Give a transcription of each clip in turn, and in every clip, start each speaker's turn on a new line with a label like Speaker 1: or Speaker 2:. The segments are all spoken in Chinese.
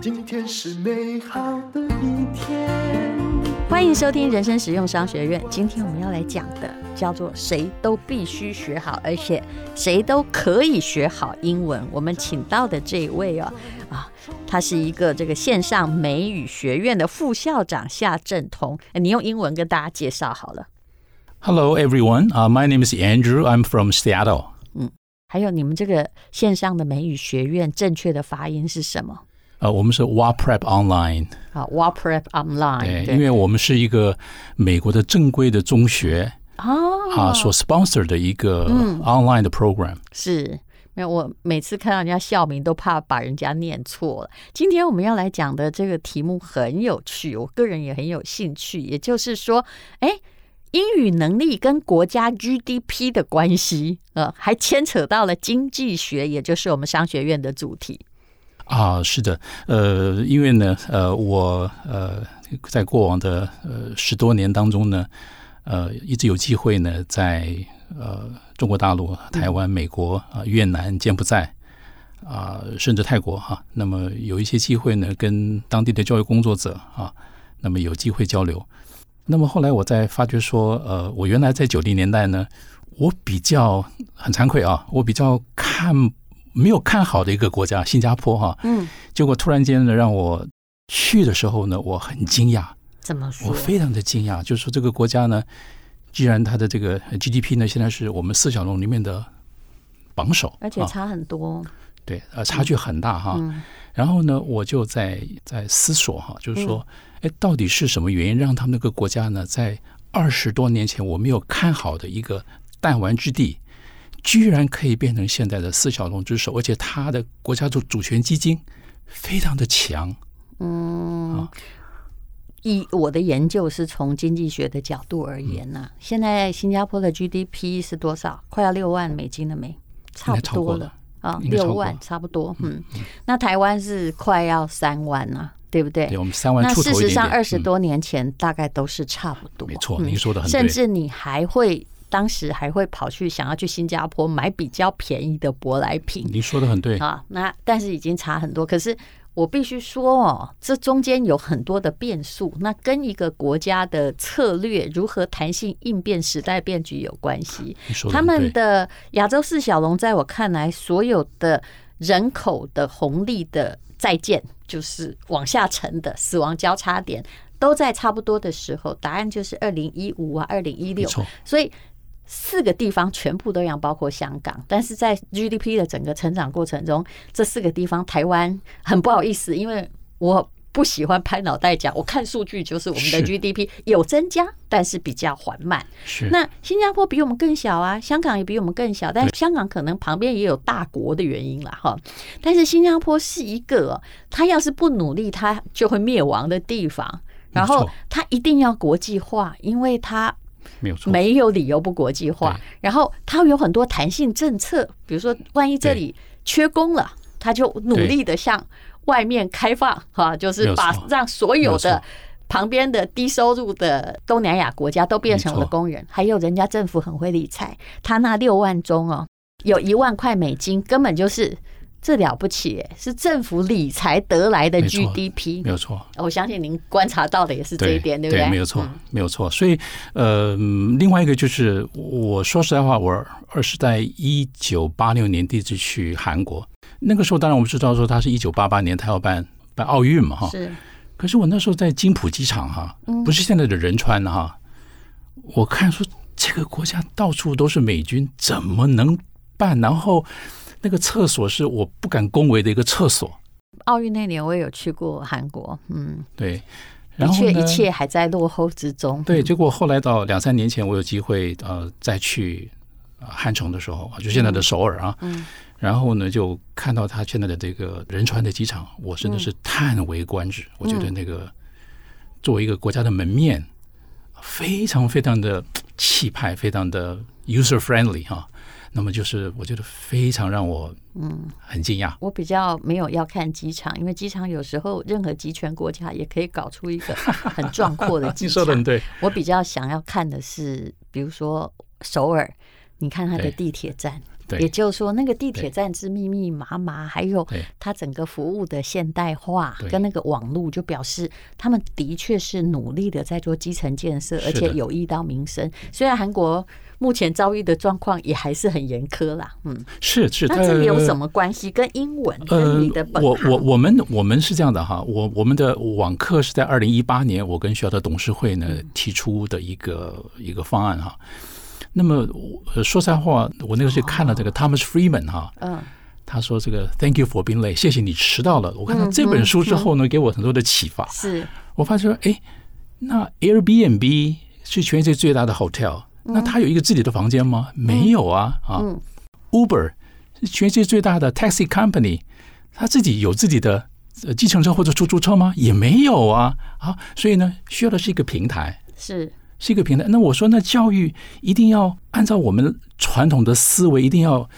Speaker 1: 今天是美好的一天。
Speaker 2: 欢迎收听人生实用商学院。今天我们要来讲的叫做“谁都必须学好，而且谁都可以学好英文”。我们请到的这一位哦，啊，他是一个这个线上美语学院的副校长夏正通。哎你用英文跟大家介绍好了。
Speaker 3: Hello, everyone. Uh, my name is Andrew. I'm from Seattle.
Speaker 2: 还有你们这个线上的美语学院正确的发音是什么？
Speaker 3: 呃，Uh, 我们是 w a Prep Online，
Speaker 2: 啊 w a p r e p Online
Speaker 3: 因为我们是一个美国的正规的中学
Speaker 2: 哦
Speaker 3: 啊、所 sponsor 的一个 online 的 program。
Speaker 2: 是，没有我每次看到人家校名都怕把人家念错了。今天我们要来讲的这个题目很有趣，我个人也很有兴趣。也就是说，哎，英语能力跟国家 GDP 的关系，呃，还牵扯到了经济学，也就是我们商学院的主题。
Speaker 3: 啊，是的，呃，因为呢，呃，我呃，在过往的呃十多年当中呢，呃，一直有机会呢，在呃中国大陆、台湾、美国啊、越南、柬埔寨啊、甚至泰国哈、那么有一些机会呢，跟当地的教育工作者啊，那么有机会交流。那么后来我在发觉说，呃，我原来在九零年代呢，我比较很惭愧啊，我比较看没有看好的一个国家，新加坡哈、
Speaker 2: 嗯，
Speaker 3: 结果突然间呢，让我去的时候呢，我很惊讶，
Speaker 2: 怎么说
Speaker 3: 我？非常的惊讶，就是说这个国家呢，既然它的这个呃 GDP 呢，现在是我们四小龙里面的榜首，
Speaker 2: 而且
Speaker 3: 啊、
Speaker 2: 差很多。
Speaker 3: 对，呃，差距很大哈。
Speaker 2: 嗯
Speaker 3: 然后呢，我就在在思索哈，就是说，
Speaker 2: 嗯
Speaker 3: 哎，到底是什么原因让他们那个国家呢，在二十多年前我没有看好的一个弹丸之地，居然可以变成现在的四小龙之首，而且它的国家主主权基金非常的强。
Speaker 2: 嗯
Speaker 3: 啊，
Speaker 2: 以我的研究是从经济学的角度而言
Speaker 3: 嗯
Speaker 2: 呐、现在新加坡的 GDP 是多少？快要六万美金了没？差不
Speaker 3: 应该超
Speaker 2: 多
Speaker 3: 过
Speaker 2: 了
Speaker 3: 了
Speaker 2: 啊，
Speaker 3: 应该超
Speaker 2: 六
Speaker 3: 过
Speaker 2: 万
Speaker 3: 了
Speaker 2: 差不多。嗯，那台湾是快要三万呐、对不对？
Speaker 3: 对，我们三万
Speaker 2: 那
Speaker 3: 出
Speaker 2: 事
Speaker 3: 头一
Speaker 2: 实
Speaker 3: 点点。
Speaker 2: 上，二十
Speaker 3: 嗯
Speaker 2: 多年前大概都是差不多。
Speaker 3: 没错，
Speaker 2: 嗯
Speaker 3: 您说的很对。
Speaker 2: 甚至你还会当时还会跑去想要去新加坡买比较便宜的舶来品。
Speaker 3: 您说的很嗯对，
Speaker 2: 啊，那但是已经差很多。可是我必须说哦，这中间有很多的变数，那跟一个国家的策略如何弹性应变时代变局有关系。
Speaker 3: 您说的
Speaker 2: 他
Speaker 3: 很
Speaker 2: 们
Speaker 3: 对。
Speaker 2: 的亚洲四小龙，在我看来，所有的人口的红利的再见，就是往下沉的死亡交叉点，都在差不多的时候。答案就是二零一五啊，二零一
Speaker 3: 没
Speaker 2: 六。
Speaker 3: 错，
Speaker 2: 所以四个地方全部都一样，包括香港。但是在 GDP 的整个成长过程中，这四个地方，台湾很不好意思，因为我不喜欢拍脑袋讲，我看数据就是我们的
Speaker 3: 是
Speaker 2: GDP 有增加，但是比较缓慢。
Speaker 3: 是
Speaker 2: 那新加坡比我们更小啊，香港也比我们更小，但是香港可能旁边也有大国的原因啦，哈。但是新加坡是一个，哦它要是不努力，它就会灭亡的地方。然
Speaker 3: 没
Speaker 2: 后
Speaker 3: 错
Speaker 2: 它一定要国际化，因为它
Speaker 3: 没有错，
Speaker 2: 没有理由不国际化
Speaker 3: 对。
Speaker 2: 然后它有很多弹性政策，比如说，万一这里缺工了，它就努力的向外面开放，哈、就
Speaker 3: 没
Speaker 2: 是
Speaker 3: 有
Speaker 2: 把
Speaker 3: 错
Speaker 2: 让所
Speaker 3: 没
Speaker 2: 有
Speaker 3: 有
Speaker 2: 的
Speaker 3: 错
Speaker 2: 旁边的低收入的东南亚国家都变成我的
Speaker 3: 没错
Speaker 2: 工人。还有人家政府很会理财，他那六万中哦，有一万块美金，根本就是。这了不起耶，是政府理财得来的
Speaker 3: 没错
Speaker 2: GDP。
Speaker 3: 没有错。
Speaker 2: 哦我相信您观察到的也是这一点，对
Speaker 3: 对
Speaker 2: 不
Speaker 3: 没有错
Speaker 2: 嗯，
Speaker 3: 没有错。所以，呃，嗯另外一个就是，我说实在话，我二是在一九八六年第一次去韩国，那个时候当然我们知道说，它是一九八八年它要办办奥运嘛，哈。
Speaker 2: 是
Speaker 3: 可是我那时候在金浦机场哈、
Speaker 2: 嗯
Speaker 3: 不是现在的仁川哈、我看说这个国家到处都是美军，怎么能办？然后那个厕所是我不敢恭维的一个厕所，
Speaker 2: 奥运那年我也有去过韩国，嗯，
Speaker 3: 对。然
Speaker 2: 的
Speaker 3: 后
Speaker 2: 确
Speaker 3: 呢
Speaker 2: 一切还在落后之中。
Speaker 3: 对，结果后来到两三年前，我有机会呃再去呃汉城的时候，就现在的首尔啊，
Speaker 2: 嗯
Speaker 3: 然后呢就看到他现在的这个仁川的机场，我
Speaker 2: 嗯
Speaker 3: 真的是叹为观止。我觉得那个作为一个国家的门面，啊非常非常的气派，非常的 user friendly 哈、那么就是我觉得非常让我嗯很惊讶。
Speaker 2: 我比较没有要看机场，因为机场有时候任何集权国家也可以搞出一个很壮阔 的机
Speaker 3: 你说的很
Speaker 2: 场。
Speaker 3: 对，
Speaker 2: 我比较想要看的是，比如说首尔，你看它的
Speaker 3: 对
Speaker 2: 地铁站，
Speaker 3: 对
Speaker 2: 也就是说，那个地铁
Speaker 3: 对
Speaker 2: 站是密密麻麻，还有
Speaker 3: 对
Speaker 2: 它整个服务的现代化
Speaker 3: 对
Speaker 2: 跟那个网络，就表示他们的确是努力的在做基层建设，
Speaker 3: 是的
Speaker 2: 而且有益到民生。虽然韩国目前遭遇的状况也还是很严苛啦，嗯，
Speaker 3: 是是，
Speaker 2: 那
Speaker 3: 它
Speaker 2: 这有什么关系？跟英文跟你的本
Speaker 3: 呃我
Speaker 2: 行
Speaker 3: 我我们我们是这样的哈，我我们的网课是在二零一八年，我跟学校的董事会呢
Speaker 2: 嗯
Speaker 3: 提出的一个一个方案哈。那么我呃说实在话，我那个时候看了这个 Thomas Freeman 哈，
Speaker 2: 哦嗯，
Speaker 3: 他说这个 Thank you for being late，谢谢你迟到了。我看
Speaker 2: 嗯
Speaker 3: 到这本书之后呢，给我很多的启发。
Speaker 2: 是
Speaker 3: 我发现说，哎，那 Airbnb 是全世界最大的 hotel，、那它有一个自己的房间吗？没有啊，啊、u b e r 是全世界最大的 taxi company，它自己有自己的呃计程车或者出租车吗？也没有啊，啊，所以呢，需要的是一个平台，
Speaker 2: 是
Speaker 3: 是一个平台。那我说，那教育一定要按照我们传统的思维，一定要。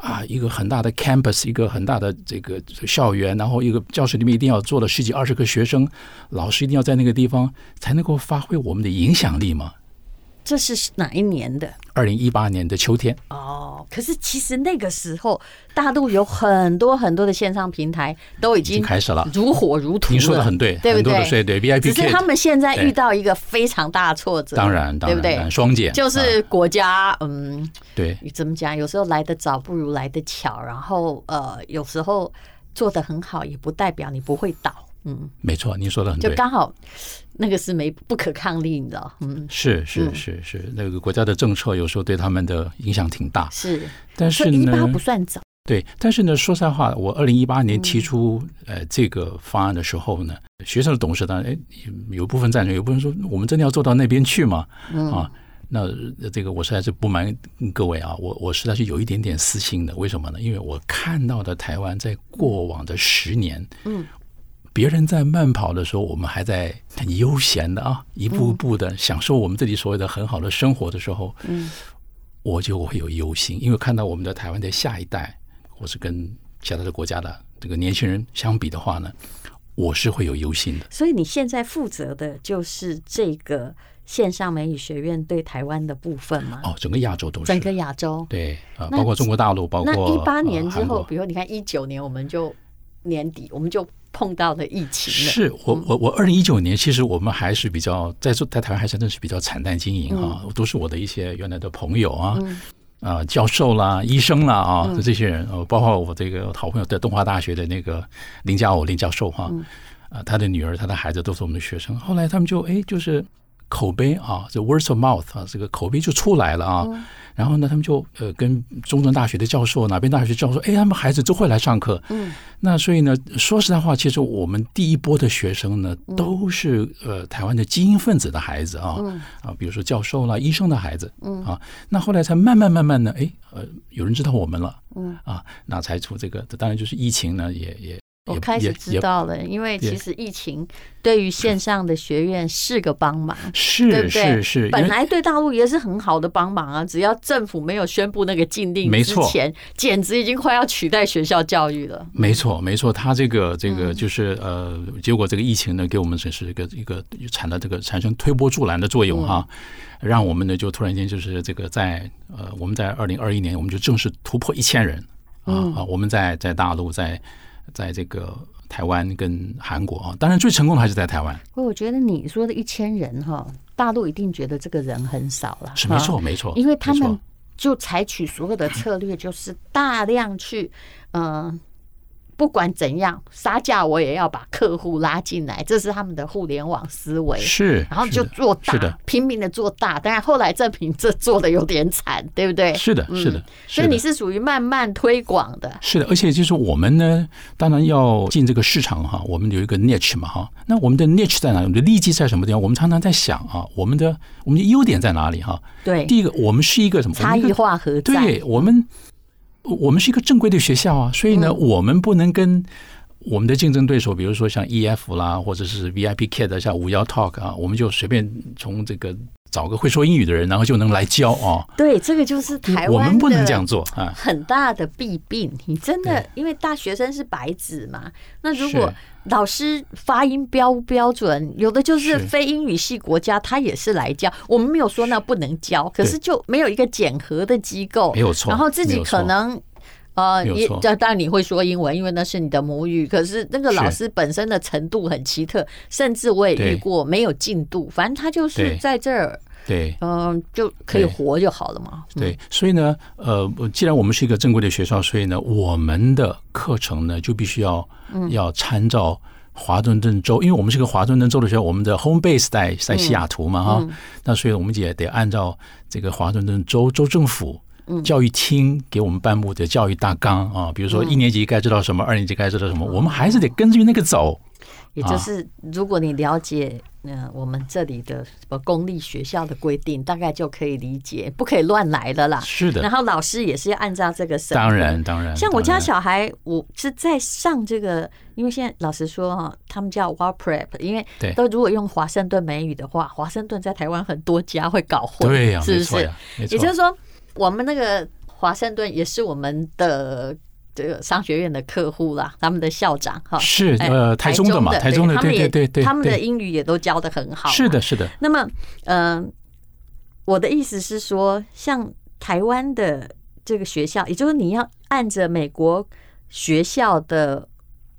Speaker 3: 啊，一个很大的 campus，一个很大的这个校园，然后一个教室里面一定要坐了十几二十个学生，老师一定要在那个地方才能够发挥我们的影响力嘛。
Speaker 2: 这是哪一年的？
Speaker 3: 二零一八年的秋天，
Speaker 2: 哦，可是其实那个时候，大陆有很多很多的线上平台都已
Speaker 3: 已经
Speaker 2: 经
Speaker 3: 开始了。
Speaker 2: 如火如荼了。
Speaker 3: 您说的很对，
Speaker 2: 对不
Speaker 3: 很多
Speaker 2: 对？
Speaker 3: 的税对 VIP
Speaker 2: 只是
Speaker 3: kit
Speaker 2: 他们现在
Speaker 3: 对
Speaker 2: 遇到一个非常大的挫折，
Speaker 3: 当然当
Speaker 2: 对不
Speaker 3: 然当
Speaker 2: 对
Speaker 3: 然？双减
Speaker 2: 就是
Speaker 3: 啊
Speaker 2: 国家，嗯，
Speaker 3: 对
Speaker 2: 怎么讲？有时候来得早不如来得巧，然后呃，有时候做得很好，也不代表你不会倒，嗯，
Speaker 3: 没错，您说的很
Speaker 2: 就
Speaker 3: 对。
Speaker 2: 刚好那个是没不可抗力，你知道，嗯，
Speaker 3: 是是是是，那个国家的政策有时候对他们的影响挺大，
Speaker 2: 是，
Speaker 3: 但
Speaker 2: 所
Speaker 3: 是
Speaker 2: 以一
Speaker 3: 呢，
Speaker 2: 八不算早，
Speaker 3: 对，但是呢，说实在话，我二零一八年
Speaker 2: 嗯
Speaker 3: 提出、呃这个方案的时候呢，学生的董事当然哎有部分赞成，有部分说我们真的要做到那边去吗？
Speaker 2: 嗯
Speaker 3: 啊，那呃这个我实在是不瞒各位啊，我我实在是有一点点私心的，为什么呢？因为我看到的台湾在过往的十年，
Speaker 2: 嗯，
Speaker 3: 别人在慢跑的时候，我们还在很悠闲的啊，一步步的享受我们自己所谓的很好的生活的时候，
Speaker 2: 嗯，
Speaker 3: 我就会有忧心，因为看到我们的台湾的下一代，或是跟其他的国家的这个年轻人相比的话呢，我是会有忧心的。
Speaker 2: 所以你现在负责的就是这个线上美语学院对台湾的部分吗？
Speaker 3: 哦，整个亚洲都是，
Speaker 2: 整个亚洲，
Speaker 3: 对啊、呃
Speaker 2: 那
Speaker 3: 包括中国大陆，包
Speaker 2: 那
Speaker 3: 括
Speaker 2: 一八年
Speaker 3: 呃
Speaker 2: 之
Speaker 3: 韩
Speaker 2: 后，
Speaker 3: 国
Speaker 2: 比如你看一九年，我们就年底我们就碰到了疫情了。
Speaker 3: 是我我我二零一九年，其实我们还是比较在做在台湾还真的是比较惨淡经营啊，都是我的一些原来的朋友啊，啊、教授啦、医生啦啊、这些人，呃，包括我这个好朋友在东华大学的那个林家偶林教授哈、啊，他的女儿、他的孩子都是我们的学生，后来他们就哎就是。口碑啊，这 words of mouth 啊，这个口碑就出来了啊。然后呢，他们就呃跟中正大学的教授、哪边大学教授，哎，他们孩子都会来上课。嗯，那所以呢，说实在话，其实我们第一波的学生呢，
Speaker 2: 嗯
Speaker 3: 都是呃台湾的精英分子的孩子啊，
Speaker 2: 嗯
Speaker 3: 啊，比如说教授啦、医生的孩子，嗯啊，那后来才慢慢慢慢呢，哎，呃，有人知道我们了，嗯啊，那才出这个，当然就是疫情呢，也也
Speaker 2: 我
Speaker 3: 也
Speaker 2: 开始
Speaker 3: 也
Speaker 2: 知
Speaker 3: 也
Speaker 2: 道了，因为
Speaker 3: 也
Speaker 2: 其实疫情对于线上的学院是个帮忙，对
Speaker 3: 是
Speaker 2: 不对？
Speaker 3: 是是，因
Speaker 2: 本
Speaker 3: 为
Speaker 2: 来对大陆也是很好的帮忙啊，只要政府没有宣布那个禁令
Speaker 3: 没
Speaker 2: 之
Speaker 3: 错
Speaker 2: 前，简直已经快要取代学校教育了。
Speaker 3: 没错，没错，他这个这
Speaker 2: 嗯
Speaker 3: 个就是呃，结果这个疫情呢，给我们只是一个一个产了这个产生推波助澜的作用哈，
Speaker 2: 嗯
Speaker 3: 让我们呢就突然间就是这个在呃，我们在二零二一年我们就正式突破一千人啊
Speaker 2: 嗯
Speaker 3: 啊，我们在在大陆在在这个台湾跟韩国啊，当然最成功的还是在台湾，
Speaker 2: 不过我觉得你说的一千人哈，大陆一定觉得这个人很少了，
Speaker 3: 是没
Speaker 2: 哈
Speaker 3: 错没错，
Speaker 2: 啊因为他
Speaker 3: 没错
Speaker 2: 们就采取所有的策略，就是大量去，呃，不管怎样杀价，我也要把客户拉进来，这是他们的互联网思维。
Speaker 3: 是，
Speaker 2: 然后
Speaker 3: 是
Speaker 2: 就
Speaker 3: 的
Speaker 2: 做大
Speaker 3: 是的，
Speaker 2: 拼命的做大。当然，后来证明这做的有点惨，对不对？
Speaker 3: 是的，是的，
Speaker 2: 嗯所
Speaker 3: 是
Speaker 2: 以
Speaker 3: 的
Speaker 2: 你是属于慢慢推广的，
Speaker 3: 是的，而且就是我们呢，当然要进这个市场哈，我们有一个 niche 嘛哈。那我们的 niche 在哪里？我们的利基在什么地方？我们常常在想啊，我们的我们的优点在哪里哈？
Speaker 2: 对，
Speaker 3: 第一个，我们是一个什么？
Speaker 2: 差异化何在？
Speaker 3: 对我们，我们是一个正规的学校啊，所以呢，
Speaker 2: 嗯
Speaker 3: 我们不能跟我们的竞争对手，比 E 如说像 EF 啦，或者是 VIP Kid 像五幺 Talk 啊，我们就随便从这个找个会说英语的人，然后就能来教啊。
Speaker 2: 对，这个就是台湾
Speaker 3: 我们不能这样
Speaker 2: 的
Speaker 3: 做啊。
Speaker 2: 很大的弊病。你真的
Speaker 3: 对
Speaker 2: 因为大学生是白纸嘛？那如果
Speaker 3: 是
Speaker 2: 老师发音标不标准，有的就是
Speaker 3: 是
Speaker 2: 非英语系国家，他也是来教。我们没有说那不能教，可是就没有一个检核的机构，
Speaker 3: 没有错
Speaker 2: 然后自己
Speaker 3: 没有错
Speaker 2: 可能。呃，
Speaker 3: 没有
Speaker 2: 也
Speaker 3: 错
Speaker 2: 当当然你会说英文，因为那是你的母语。可是那个老
Speaker 3: 是
Speaker 2: 师本身的程度很奇特，甚至我也遇
Speaker 3: 对
Speaker 2: 过没有进度，反正他就是
Speaker 3: 对
Speaker 2: 在这儿，
Speaker 3: 对
Speaker 2: 嗯、就可以
Speaker 3: 对
Speaker 2: 活就好了嘛。嗯
Speaker 3: 对，所以呢，呃，既然我们是一个正规的学校，所以呢，我们的课程呢就必须要
Speaker 2: 嗯
Speaker 3: 要参照华盛顿州，因为我们是个华盛顿州的学校，我们的 home base 在在
Speaker 2: 嗯
Speaker 3: 西雅图嘛哈，那所以我们也得按照这个华盛顿州州政府。
Speaker 2: 嗯
Speaker 3: 教育厅给我们颁布的教育大纲啊，比如
Speaker 2: 嗯
Speaker 3: 说一年级该知道什么，二年级该知道什么，我们还是得根据那个走。
Speaker 2: 也
Speaker 3: 啊
Speaker 2: 就是，如果你了解，嗯、我们这里的什么公立学校的规定，大概就可以理解，不可以乱来了啦。
Speaker 3: 是
Speaker 2: 然
Speaker 3: 的，
Speaker 2: 后老师也是按照这个审核
Speaker 3: 当然当然。
Speaker 2: 像我
Speaker 3: 当
Speaker 2: 家
Speaker 3: 然
Speaker 2: 小孩，我是在上这个，因为现在老实说哈，他们叫 War Prep，因为
Speaker 3: 对
Speaker 2: 都如果用华盛顿美语的话，华盛顿在台湾很多家会搞混，
Speaker 3: 对呀，
Speaker 2: 是
Speaker 3: 没
Speaker 2: 不
Speaker 3: 错
Speaker 2: 是
Speaker 3: 呀？，没错。
Speaker 2: 也就是说，我们那个华盛顿也是我们的这个商学院的客户啦，他们的校长哈
Speaker 3: 是
Speaker 2: 哎
Speaker 3: 呃台中的嘛，台中的
Speaker 2: 他们
Speaker 3: 对
Speaker 2: 也
Speaker 3: 对对对，
Speaker 2: 他们的
Speaker 3: 对
Speaker 2: 英语也都教的很好，啊
Speaker 3: 是的，。是的，
Speaker 2: 那么，嗯、我的意思是说，像台湾的这个学校，也就是你要按着美国学校的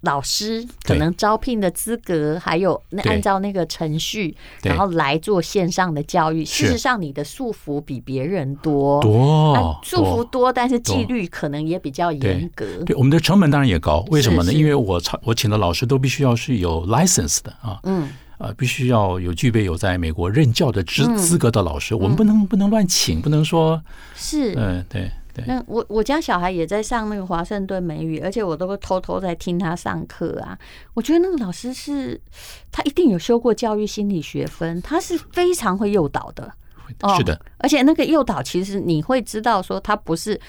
Speaker 2: 老师可
Speaker 3: 对
Speaker 2: 能招聘的资格，还有那
Speaker 3: 对
Speaker 2: 按照那个程序，
Speaker 3: 对
Speaker 2: 然后来做线上的教育。事
Speaker 3: 是
Speaker 2: 实上，你的束缚比别人多。
Speaker 3: 多
Speaker 2: 啊束缚
Speaker 3: 多。
Speaker 2: 多，但是纪
Speaker 3: 多
Speaker 2: 律可能也比较严格。
Speaker 3: 对，我们的成本当然也高，为什么呢？
Speaker 2: 是是
Speaker 3: 因为我操我请的老师都必须要是有 license 的啊，
Speaker 2: 嗯，
Speaker 3: 呃，必须要有具备有在美国任教的资资格的老师，我们不能不能乱请，不能说，
Speaker 2: 嗯是。
Speaker 3: 嗯，对对，
Speaker 2: 那我我家小孩也在上那个华盛顿美语，而且我都会偷偷在听他上课啊。我觉得那个老师是，他一定有修过教育心理学分，他是非常会诱导的。
Speaker 3: 哦
Speaker 2: 哦
Speaker 3: 是的，
Speaker 2: 而且那个诱导其实你会知道说他不是。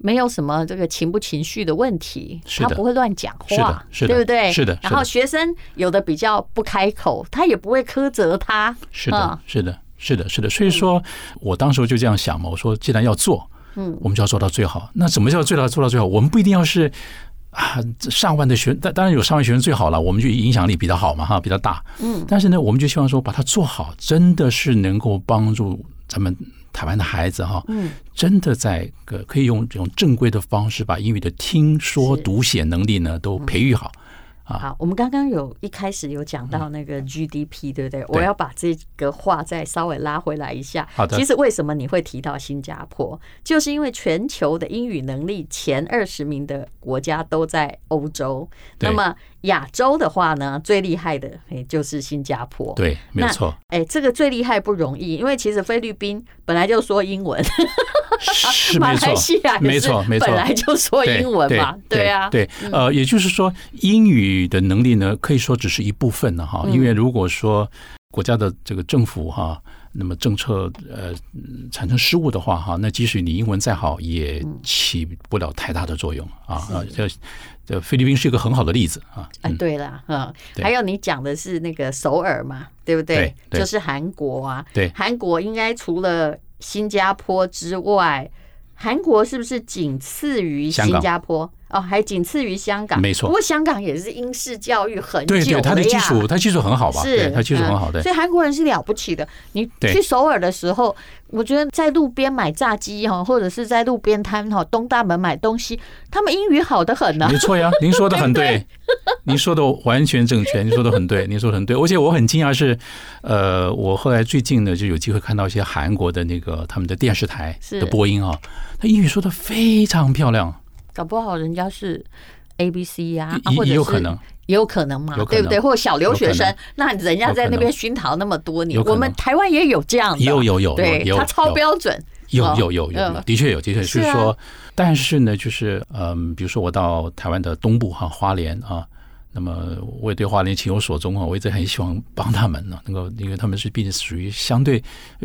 Speaker 2: 没有什么这个情不情绪的问题，
Speaker 3: 是
Speaker 2: 他
Speaker 3: 的
Speaker 2: 不会乱讲
Speaker 3: 是的
Speaker 2: 话，
Speaker 3: 是的
Speaker 2: 对不对？
Speaker 3: 是的是的
Speaker 2: 然后学生有的比较不开口，他也不会苛责他。
Speaker 3: 是
Speaker 2: 嗯
Speaker 3: 的，是的，是的，是的。所以说，我当时候就这样想嘛，我说既然要做，
Speaker 2: 嗯，
Speaker 3: 我们就要做到最好。那什么叫最好？做到最好，我们不一定要是啊这上万的学，当当然有上万学生最好了，我们就影响力比较好嘛，哈，比较大。嗯，但是呢，我们就希望说把它做好，真的是能够帮助咱们台湾的孩子哈，嗯，真的在个可以用这种正规的方式把英语的听说
Speaker 2: 是嗯
Speaker 3: 读写能力呢都培育好。啊
Speaker 2: 好，我们刚刚有一开始有讲
Speaker 3: 嗯
Speaker 2: 到那个 GDP，、对不对？我要把这个话再稍微拉回来一下。
Speaker 3: 好的
Speaker 2: 其实为什么你会提到新加坡，就是因为全球的英语能力前二十名的国家都在欧洲，
Speaker 3: 对
Speaker 2: 那么亚洲的话呢，最厉害的也就是新加坡。。
Speaker 3: 对，没有
Speaker 2: 那
Speaker 3: 错，
Speaker 2: 哎，这个最厉害不容易，因为其实菲律宾本来就说英文，
Speaker 3: 是
Speaker 2: 马
Speaker 3: 没
Speaker 2: 来
Speaker 3: 错
Speaker 2: 西亚，也
Speaker 3: 没
Speaker 2: 是
Speaker 3: 错，没错，
Speaker 2: 本来就说
Speaker 3: 对
Speaker 2: 英文嘛，
Speaker 3: 对
Speaker 2: 啊，
Speaker 3: 对，呃，也就是说，英语的能力呢，可以说只是一部分了哈。
Speaker 2: 嗯
Speaker 3: 因为如果说国家的这个政府哈，那么政策呃产生失误的话哈，那即使你英文再好，也
Speaker 2: 嗯
Speaker 3: 起不了太大的作用啊啊。这这菲律宾是一个很好的例子啊。
Speaker 2: 哎，对啦，嗯，
Speaker 3: 对
Speaker 2: 还有你讲的是那个首尔嘛，对不对？
Speaker 3: 对对
Speaker 2: 就是韩国啊，
Speaker 3: 对
Speaker 2: 韩国应该除了新加坡之外，韩国是不是仅次于
Speaker 3: 香
Speaker 2: 新
Speaker 3: 港
Speaker 2: 加坡？哦，还仅次于香港，
Speaker 3: 没错
Speaker 2: 不过香港也是英式教育很久了
Speaker 3: 对
Speaker 2: 呀，
Speaker 3: 对，它的基础，它基础很好吧？对，
Speaker 2: 是
Speaker 3: 它基础很好，
Speaker 2: 嗯
Speaker 3: 对。
Speaker 2: 所以韩国人是了不起的。你
Speaker 3: 对
Speaker 2: 去首尔的时候，我觉得在路边买炸鸡哈，或者是在路边摊哈东大门买东西，他们英语好的很呢、
Speaker 3: 没错呀，您说的 很对，您说的完全正确，您说的很对，您说的很对。而且我很惊讶是，呃，我后来最近呢就有机会看到一些韩国的那个他们的电视台
Speaker 2: 是
Speaker 3: 的播音啊，他英语说的非常漂亮，
Speaker 2: 搞不好人家是 A B C 呀、啊，
Speaker 3: 也
Speaker 2: 或者
Speaker 3: 也有
Speaker 2: 是
Speaker 3: 可能，
Speaker 2: 也有可能嘛，
Speaker 3: 有可
Speaker 2: 对
Speaker 3: 能
Speaker 2: 不对？或者小留学生
Speaker 3: 有，
Speaker 2: 那人家在那
Speaker 3: 有可
Speaker 2: 边
Speaker 3: 能
Speaker 2: 熏陶那么多年
Speaker 3: 有，可
Speaker 2: 我
Speaker 3: 能
Speaker 2: 们台湾也有这样的，
Speaker 3: 有有有
Speaker 2: 对
Speaker 3: 有，有
Speaker 2: 他超标准，
Speaker 3: 有
Speaker 2: 哦
Speaker 3: 有有有有
Speaker 2: 嗯，
Speaker 3: 的确有，的确
Speaker 2: 是
Speaker 3: 就
Speaker 2: 啊
Speaker 3: 是说，但是呢，就是嗯，比如说我到台湾的东部哈，花莲啊，那么我也对花莲情有所钟啊，我一直很希望帮他们呢、啊能够因为他们是毕竟属于相对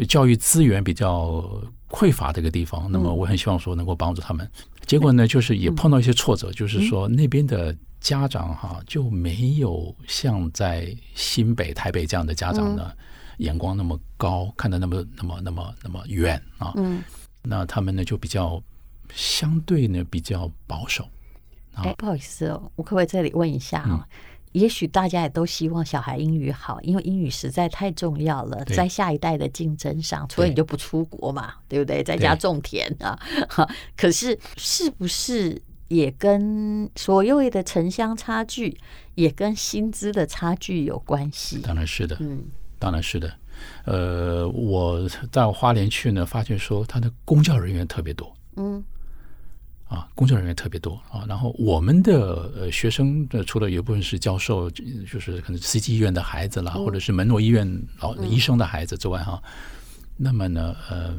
Speaker 3: 教育资源比较匮乏的一个地
Speaker 2: 嗯
Speaker 3: 方，那么我很希望说能够帮助他们。结果呢，就是也碰到一些
Speaker 2: 嗯
Speaker 3: 挫折，就是说那边的
Speaker 2: 嗯
Speaker 3: 家长哈、就没有像在新北、台北这样的家长呢。眼光那么高，看得那么那么那么那么远啊。
Speaker 2: 嗯，
Speaker 3: 那他们呢就比较相对呢比较保守。好
Speaker 2: 哎，不好意思哦，我可不可以这里问一下
Speaker 3: 嗯
Speaker 2: 啊、也许大家也都希望小孩英语好，因为英语实在太重要了，
Speaker 3: 对
Speaker 2: 在下一代的竞争上，除了你
Speaker 3: 对
Speaker 2: 就不出国嘛，对不对？在家
Speaker 3: 对
Speaker 2: 种田啊，哈 可是是不是也跟所谓的城乡差距，也跟薪资的差距有关系？
Speaker 3: 当然是的，
Speaker 2: 嗯，
Speaker 3: 当然是的。呃，我到花莲去呢，发觉说他的公教人员特别多。
Speaker 2: 嗯，
Speaker 3: 啊，工作人员特别多啊。然后我们的呃学生，呃，除了有一部分是教授，就就是可能慈济医院的孩子啦，
Speaker 2: 嗯
Speaker 3: 或者是门诺医院老医生的孩子之外哈、那么呢，呃，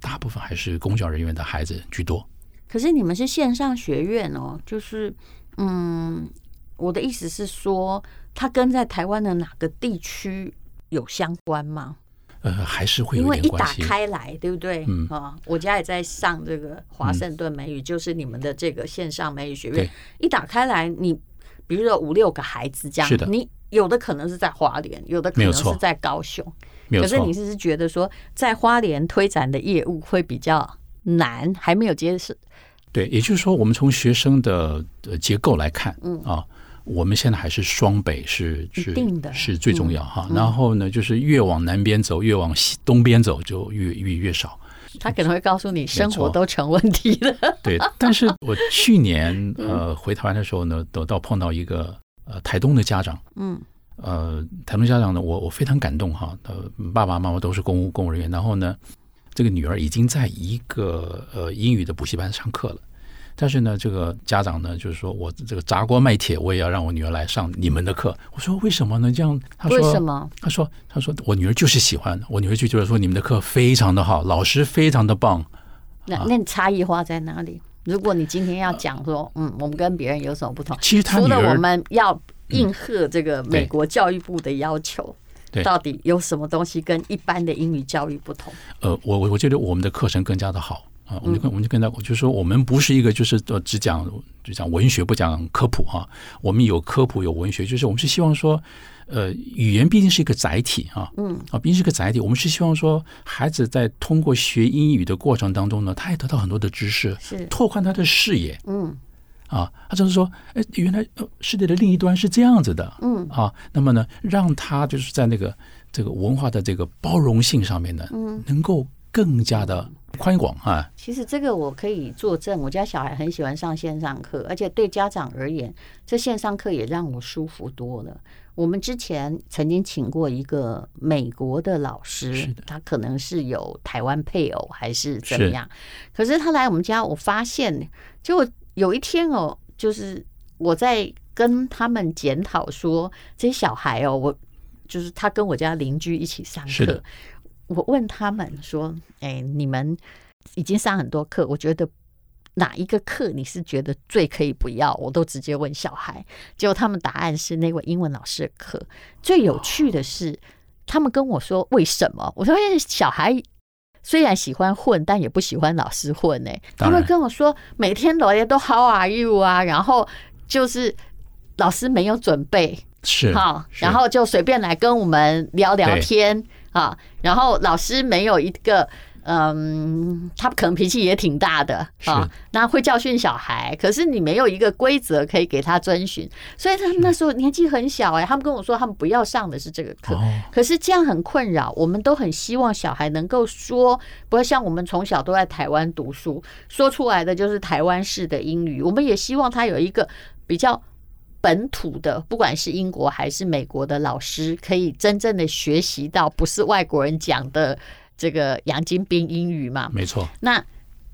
Speaker 3: 大部分还是工作人员的孩子居多。
Speaker 2: 可是你们是线上学院哦，就是嗯，我的意思是说，它跟在台湾的哪个地区有相关吗？
Speaker 3: 呃，还是会
Speaker 2: 因
Speaker 3: 有
Speaker 2: 为
Speaker 3: 一
Speaker 2: 一
Speaker 3: 点
Speaker 2: 打
Speaker 3: 关系。
Speaker 2: 开来，对不对？
Speaker 3: 嗯
Speaker 2: 啊，我家也在上这个华盛顿美语，就是你们的这个线上美语学院
Speaker 3: 对。
Speaker 2: 一打开来，你比如说五六个孩子这样
Speaker 3: 是的，
Speaker 2: 你有的可能是在花莲，有的可
Speaker 3: 没有
Speaker 2: 能
Speaker 3: 错
Speaker 2: 是在高雄，
Speaker 3: 没有
Speaker 2: 可是
Speaker 3: 错
Speaker 2: 你，是觉得说，在花莲推展的业务会比较难，还没有接受
Speaker 3: 对，也就是说，我们从学生的呃结构来看，
Speaker 2: 嗯
Speaker 3: 啊。我们现在还是双北是
Speaker 2: 一
Speaker 3: 是
Speaker 2: 定的嗯
Speaker 3: 是最重要哈，然后呢，就是越往南边走，越往西东边走就越越越少。
Speaker 2: 他可能会告诉你，生活
Speaker 3: 错
Speaker 2: 都成问题了。
Speaker 3: 对，但是我去年
Speaker 2: 嗯
Speaker 3: 呃回台湾的时候呢，得到碰到一个呃台东的家长，
Speaker 2: 嗯
Speaker 3: 呃台东家长呢，我我非常感动哈，呃爸爸妈妈都是公务公务人员，然后呢，这个女儿已经在一个呃英语的补习班上课了。但是呢，这个家长呢，就是说我这个砸锅卖铁，我也要让我女儿来上你们的课。我说为什么呢？这样，他 说
Speaker 2: 为什么？
Speaker 3: 他说：“他说我女儿就是喜欢，我女儿就觉得说你们的课非常的好，老师非常的棒，啊
Speaker 2: 那那你差异化在哪里？如果你今天要讲说，嗯，我们跟别人有什么不同？
Speaker 3: 其实他
Speaker 2: 除
Speaker 3: 女
Speaker 2: 了
Speaker 3: 儿嗯
Speaker 2: 我们要应和这个美
Speaker 3: 对
Speaker 2: 国教育部的要求，
Speaker 3: 对
Speaker 2: 到底有什么东西跟一般的英语教育不同？
Speaker 3: 呃，我我我觉得我们的课程更加的好啊，我们就跟我们就更加，我就说我们不是一个就是呃只讲只讲文学不讲科普啊，我们有科普有文学，就是我们是希望说，呃，语言毕竟是一个载体啊，嗯，啊，毕竟是个载体，我们是希望说孩子在通过学英语的过程当中呢，他也得到很多的知识，
Speaker 2: 是
Speaker 3: 拓宽他的视野，
Speaker 2: 嗯，
Speaker 3: 啊，他就是说，哎，原来呃世界的另一端是这样子的，
Speaker 2: 嗯
Speaker 3: 啊，那么呢，让他就是在那个这个文化的这个包容性上面呢，嗯，能够更加的宽广啊，
Speaker 2: 其实这个我可以作证，我家小孩很喜欢上线上课，而且对家长而言，这线上课也让我舒服多了。我们之前曾经请过一个美国的老
Speaker 3: 是
Speaker 2: 师
Speaker 3: 的，
Speaker 2: 他可能是有台湾配偶还是怎么
Speaker 3: 是
Speaker 2: 样，可是他来我们家，我发现，结果有一天哦，就是我在跟他们检讨说，这些小孩哦，我就是他跟我家邻居一起上
Speaker 3: 是
Speaker 2: 课
Speaker 3: 的，
Speaker 2: 我问他们说：“哎，你们已经上很多课，我觉得哪一个课你是觉得最可以不要？”我都直接问小孩，结果他们答案是那位英文老师的课。最有趣的是，他们跟我说为什么？我说哎小孩。虽然喜欢混，但也不喜欢老师混哎、他
Speaker 3: 当然
Speaker 2: 们跟我说，每天老爷都 How are you 啊，然后就是老师没有准备，
Speaker 3: 是
Speaker 2: 好，
Speaker 3: 是
Speaker 2: 然后就随便来跟我们聊聊
Speaker 3: 对
Speaker 2: 天啊。然后老师没有一个，嗯，他可能脾气也挺大的啊
Speaker 3: 是，
Speaker 2: 那会教训小孩，可是你没有一个规则可以给他遵循，所以他们那时候年纪很小哎、他们跟我说他们不要上的是这个课，
Speaker 3: 哦，
Speaker 2: 可是这样很困扰，我们都很希望小孩能够说，不要像我们从小都在台湾读书，说出来的就是台湾式的英语。我们也希望他有一个比较本土的，不管是英国还是美国的老师，可以真正的学习到不是外国人讲的这个洋金兵英语嘛。
Speaker 3: 没错，
Speaker 2: 那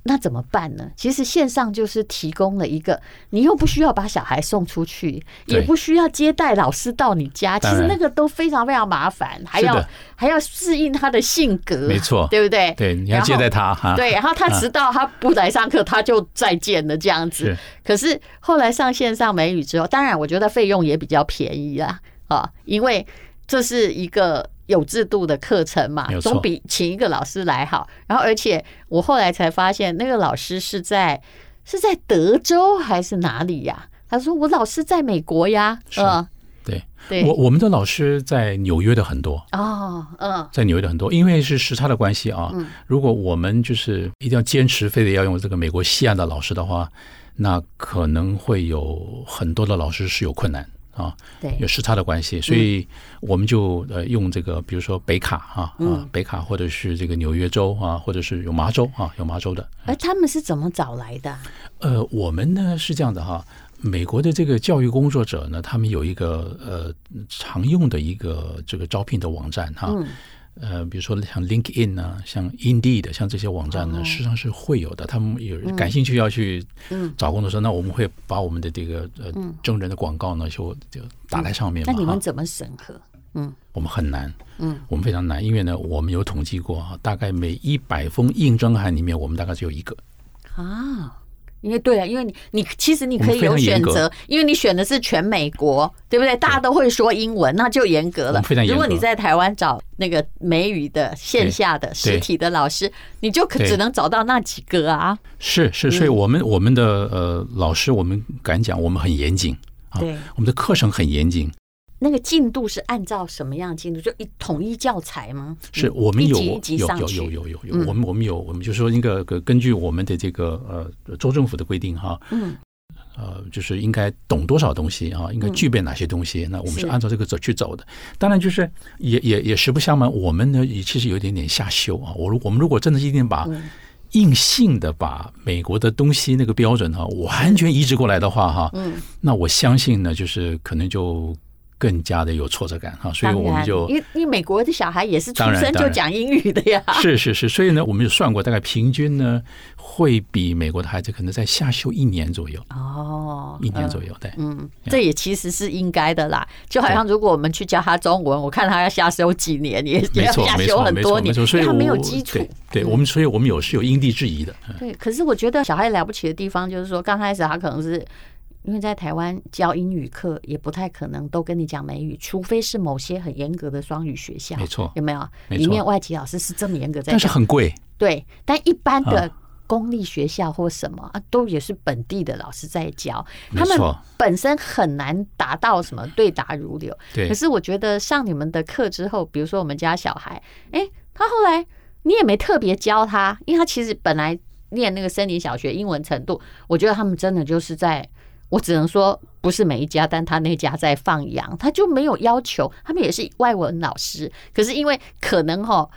Speaker 2: 那怎么办呢？其实线上就是提供了一个，你又不需要把小孩送出去，
Speaker 3: 对
Speaker 2: 也不需要接待老师到你家，其
Speaker 3: 当然
Speaker 2: 实那个都非常非常麻烦，还要
Speaker 3: 是的
Speaker 2: 还要适应他的性格，
Speaker 3: 没错
Speaker 2: 对不对？
Speaker 3: 对，啊你要接待他哈，
Speaker 2: 对，然后他直到他不来上课，他就再见了这样子
Speaker 3: 是。
Speaker 2: 可是后来上线上美语之后，当然我觉得费用也比较便宜啦，啊，因为这是一个有制度的课程嘛
Speaker 3: 没，有错
Speaker 2: 总比请一个老师来好。然后而且我后来才发现，那个老师是在是在德州还是哪里呀、他说我老师在美国呀，
Speaker 3: 是
Speaker 2: 嗯。
Speaker 3: 对
Speaker 2: 对，
Speaker 3: 我我们的老师在纽约的很多，
Speaker 2: 哦，嗯，
Speaker 3: 在纽约的很多，因为是时差的关系啊。
Speaker 2: 嗯
Speaker 3: 如果我们就是一定要坚持，非得要用这个美国西岸的老师的话，那可能会有很多的老师是有困难啊，有
Speaker 2: 对，
Speaker 3: 时差的关系，所以我们就呃用这个，比如说北卡啊，啊、
Speaker 2: 嗯
Speaker 3: 北卡或者是这个纽约州啊，或者是有麻州啊，有麻州的。
Speaker 2: 而哎他们是怎么找来的啊？
Speaker 3: 呃，我们呢是这样的哈，美国的这个教育工作者呢，他们有一个呃常用的一个这个招聘的网站哈。
Speaker 2: 嗯
Speaker 3: 呃，比如说像 LinkedIn 啊，像 Indeed，像这些网站呢，
Speaker 2: 哦
Speaker 3: 实际上是会有的。他们有
Speaker 2: 嗯
Speaker 3: 感兴趣要去
Speaker 2: 嗯
Speaker 3: 找工作的时候，那我们会把我们的这个呃
Speaker 2: 嗯
Speaker 3: 征人的广告呢，就就打在上面嘛。
Speaker 2: 那你
Speaker 3: 哈
Speaker 2: 们怎么审核？嗯
Speaker 3: 我们很难，
Speaker 2: 嗯，
Speaker 3: 我们非常难，因为呢，我们有统计过啊，大概每一百封应征函里面，我们大概只有一个。
Speaker 2: 啊。因为对啊，因为你你其实你可以
Speaker 3: 我
Speaker 2: 有
Speaker 3: 们非常
Speaker 2: 选
Speaker 3: 严格
Speaker 2: 择，因为你选的是全美国，对不对？大家都会说英文，那就严格
Speaker 3: 我
Speaker 2: 了。
Speaker 3: 们非常严格
Speaker 2: 如果你在台湾找那个美语的线下的实体的老师，你就可
Speaker 3: 对
Speaker 2: 只能找到那几个啊。
Speaker 3: 是是，所以我们、我们的呃老师，我们敢讲，我们很严谨，啊
Speaker 2: 对，
Speaker 3: 我们的课程很严谨，
Speaker 2: 那个进度是按照什么样的进度？就一统一教材吗？
Speaker 3: 是我们有
Speaker 2: 嗯一级一级
Speaker 3: 有有
Speaker 2: 上
Speaker 3: 有
Speaker 2: 去
Speaker 3: 有有有有
Speaker 2: 嗯，
Speaker 3: 我们我们有我们就说那个个根据我们的这个呃州政府的规定哈，
Speaker 2: 嗯，
Speaker 3: 呃就是应该懂多少东西啊，应该具备哪些东西，那我们
Speaker 2: 是
Speaker 3: 是按照这个走去走的。当然就是也也也实不相瞒，我们呢也其实有一点点下修啊。我如我们如果真的一定把
Speaker 2: 嗯
Speaker 3: 硬性的把美国的东西那个标准哈、完全移植过来的话哈、
Speaker 2: 嗯，
Speaker 3: 那我相信呢就是可能就更加的有挫折感哈、所以
Speaker 2: 当
Speaker 3: 我们
Speaker 2: 然，
Speaker 3: 就
Speaker 2: 因为因为美国的小孩也是出
Speaker 3: 当然
Speaker 2: 生
Speaker 3: 当
Speaker 2: 就
Speaker 3: 然
Speaker 2: 讲英语的呀。
Speaker 3: 是是是，所以呢，我们有算过，大概平均呢，会比美国的孩子可能在下修一年左右，
Speaker 2: 哦，
Speaker 3: 一年
Speaker 2: 嗯
Speaker 3: 左右，对，
Speaker 2: 嗯，这也其实是应该的啦。就好像如果我们去教他中文，我看他要下修几年，也也
Speaker 3: 没
Speaker 2: 要
Speaker 3: 错
Speaker 2: 下
Speaker 3: 没
Speaker 2: 修
Speaker 3: 错
Speaker 2: 很
Speaker 3: 没
Speaker 2: 多
Speaker 3: 错没
Speaker 2: 年，
Speaker 3: 错，所
Speaker 2: 因
Speaker 3: 以
Speaker 2: 为他没有
Speaker 3: 我
Speaker 2: 基础嗯
Speaker 3: 对。对我们，所以我们有是有因地制宜的，嗯
Speaker 2: 对，可是我觉得小孩了不起的地方就是说，刚开始他可能是。因为在台湾教英语课也不太可能都跟你讲美语，除非是某些很严格的双语学校，
Speaker 3: 没错
Speaker 2: 有没有？
Speaker 3: 没
Speaker 2: 里
Speaker 3: 错
Speaker 2: 面外籍老师是这么严格在
Speaker 3: 但是
Speaker 2: 讲，
Speaker 3: 很贵，
Speaker 2: 对，但一般的
Speaker 3: 啊
Speaker 2: 公立学校或什么啊，都也是本地的老师在教，
Speaker 3: 没
Speaker 2: 他们
Speaker 3: 错
Speaker 2: 本身很难达到什么对答如流。
Speaker 3: 对
Speaker 2: 可，是我觉得上你们的课之后，比如说我们家小孩，诶，他后来你也没特别教他，因为他其实本来念那个森林小学英文程度，我觉得他们真的就是在。我只能说，不是每一家，但他那家在放羊，他就没有要求。他们也是外文老师，可是因为可能哈，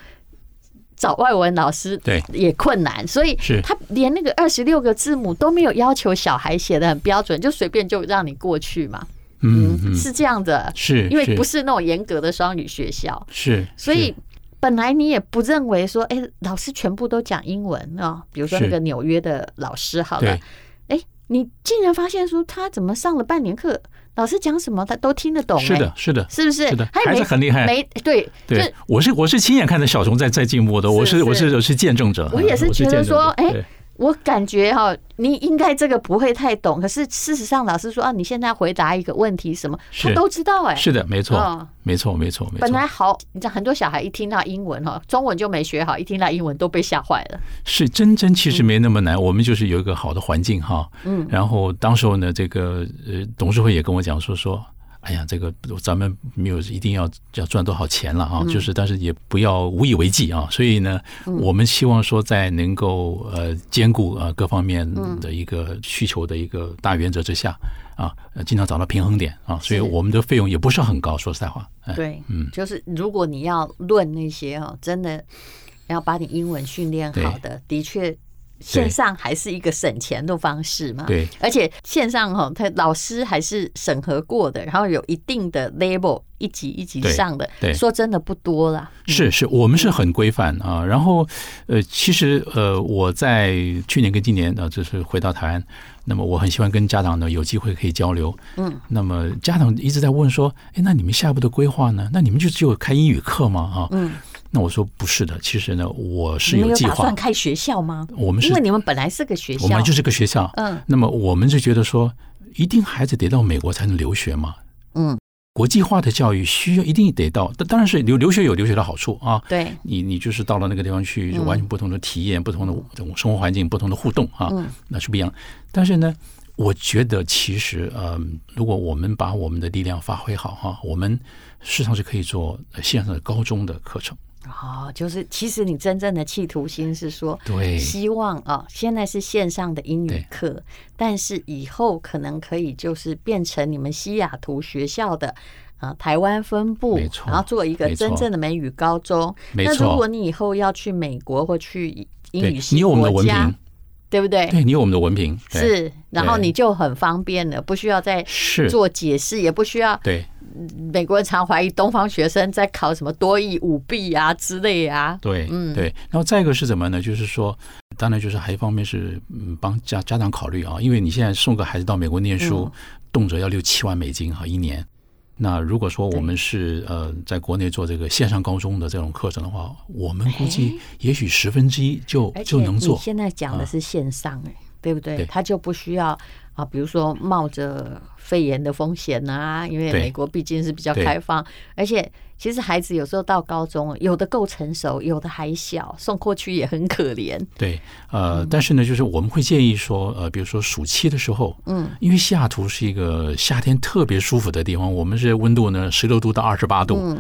Speaker 2: 找外文老师
Speaker 3: 对
Speaker 2: 也困难，所以
Speaker 3: 是
Speaker 2: 他连那个二十六个字母都没有要求小孩写的很标准，就随便就让你过去嘛。
Speaker 3: 嗯嗯，
Speaker 2: 是这样的，
Speaker 3: 是，
Speaker 2: 因为不
Speaker 3: 是
Speaker 2: 是那种严格的双语学校，
Speaker 3: 是，
Speaker 2: 所以本来你也不认为说，哎，老师全部都讲英文啊、比如说
Speaker 3: 是
Speaker 2: 那个纽约的老师好
Speaker 3: 是
Speaker 2: 了
Speaker 3: 对，
Speaker 2: 哎，你竟然发现说他怎么上了半年课，老师讲什么他都听得懂、
Speaker 3: 是
Speaker 2: 哎，
Speaker 3: 的，是的。
Speaker 2: 是不是？
Speaker 3: 是的，
Speaker 2: 他也
Speaker 3: 孩
Speaker 2: 没
Speaker 3: 子很厉害。
Speaker 2: 没对，
Speaker 3: 对
Speaker 2: 就，
Speaker 3: 我是我是亲眼看着小熊在在进步的，我
Speaker 2: 是
Speaker 3: 是我
Speaker 2: 是
Speaker 3: 是我是见证者。
Speaker 2: 我也
Speaker 3: 嗯
Speaker 2: 是觉得
Speaker 3: 见证者
Speaker 2: 说哎
Speaker 3: 对
Speaker 2: 我感觉哈、你应该这个不会太懂，可是事实上老师说啊，你现在回答一个问题什么，他
Speaker 3: 是
Speaker 2: 都知道哎、
Speaker 3: 是的，没错
Speaker 2: 哦，
Speaker 3: 没错，没错，没
Speaker 2: 本
Speaker 3: 错。
Speaker 2: 来好，你知道很多小孩一听到英文哈，中文就没学好，一听到英文都被吓坏了。
Speaker 3: 是真真其实没那么难，我们就是有一个好的环境哈。
Speaker 2: 嗯，
Speaker 3: 然后当时候呢，这个呃董事会也跟我讲说说，哎呀，这个咱们没有一定要要赚多少钱了啊，
Speaker 2: 嗯
Speaker 3: 就是但是也不要无以为继啊。所以呢，我们希望说在能够呃兼顾呃各方面的一个需求的一个大原则之下啊，呃尽量找到平衡点啊。所以
Speaker 2: 是
Speaker 3: 我们的费用也不是很高，说实在话，哎，
Speaker 2: 对，
Speaker 3: 嗯
Speaker 2: 就是如果你要论那些哈，真的要把你英文训练好的，的确线上还是一个省钱的方式嘛。
Speaker 3: 对，
Speaker 2: 而且线上哈，他老师还是审核过的，然后有一定的 level，一级一级
Speaker 3: 对
Speaker 2: 上的，
Speaker 3: 对
Speaker 2: 说真的不多啦。
Speaker 3: 是是，我们是很规范啊。然后，呃，其实呃，我在去年跟今年啊，就是回到台湾，那么我很喜欢跟家长呢有机会可以交流。
Speaker 2: 嗯，
Speaker 3: 那么家长一直在问说，哎，那你们下一步的规划呢？那你们就只有开英语课吗？啊，
Speaker 2: 嗯，
Speaker 3: 那我说不是的，其实呢，我是
Speaker 2: 你们
Speaker 3: 有
Speaker 2: 有
Speaker 3: 计
Speaker 2: 打
Speaker 3: 划
Speaker 2: 算，开学校吗？
Speaker 3: 我们是
Speaker 2: 因为你们本来是个学校，
Speaker 3: 我们就是个学校。
Speaker 2: 嗯
Speaker 3: 那么我们就觉得说，一定孩子得到美国才能留学吗？
Speaker 2: 嗯，
Speaker 3: 国际化的教育需要一定得到，但当然是留留学有留学的好处啊。
Speaker 2: 对，
Speaker 3: 你你就是到了那个地方去，
Speaker 2: 嗯
Speaker 3: 就完全不同的体验、不同的这种生活环境、不同的互动啊，那是不一样。但是呢，我觉得其实，嗯，如果我们把我们的力量发挥好哈，我们事实上是可以做呃线上的高中的课程。
Speaker 2: 哦，就是其实你真正的企图心是说，
Speaker 3: 对
Speaker 2: 希望啊、现在是线上的英语
Speaker 3: 对
Speaker 2: 课，但是以后可能可以就是变成你们西雅图学校的。啊、台湾分部
Speaker 3: 没，错
Speaker 2: 然后做一个
Speaker 3: 没错
Speaker 2: 真正的美语高中。
Speaker 3: 没
Speaker 2: 那
Speaker 3: 错
Speaker 2: 如果你以后要去美国或去英
Speaker 3: 对
Speaker 2: 语，系
Speaker 3: 你有我们的
Speaker 2: 国
Speaker 3: 文
Speaker 2: 家哎
Speaker 3: 凭，
Speaker 2: 对不对？
Speaker 3: 对你有我们的文凭，对
Speaker 2: 是，然后
Speaker 3: 对
Speaker 2: 你就很方便了，不需要再
Speaker 3: 是，
Speaker 2: 做解释，也不需要
Speaker 3: 对
Speaker 2: 美国人常怀疑东方学生在考什么多益、舞弊啊之类啊。
Speaker 3: 对，对。然后再一个是什么呢？就是说，当然就是还一方面是嗯帮家家长考虑啊，因为你现在送个孩子到美国念
Speaker 2: 嗯
Speaker 3: 书，动辄要六七万美金哈一年。那如果说我们是呃在国内做这个线上高中的这种课程的话，我们估计也许十分之一就
Speaker 2: 哎而且
Speaker 3: 就能
Speaker 2: 哎你
Speaker 3: 做。啊
Speaker 2: 现在讲的是线上、哎、对不对？
Speaker 3: 对
Speaker 2: 他就不需要啊，比如说冒着肺炎的风险啊，因为
Speaker 3: 对
Speaker 2: 美国毕竟是比较
Speaker 3: 对
Speaker 2: 开放，而且其实孩子有时候到高中，有的够成熟，有的还小，送过去也很可怜。
Speaker 3: 对，呃，
Speaker 2: 嗯
Speaker 3: 但是呢，就是我们会建议说，呃，比如说暑期的时候，嗯，因为西雅图是一个夏天特别舒服的地方，我们是温度呢十六度到二十八度，
Speaker 2: 嗯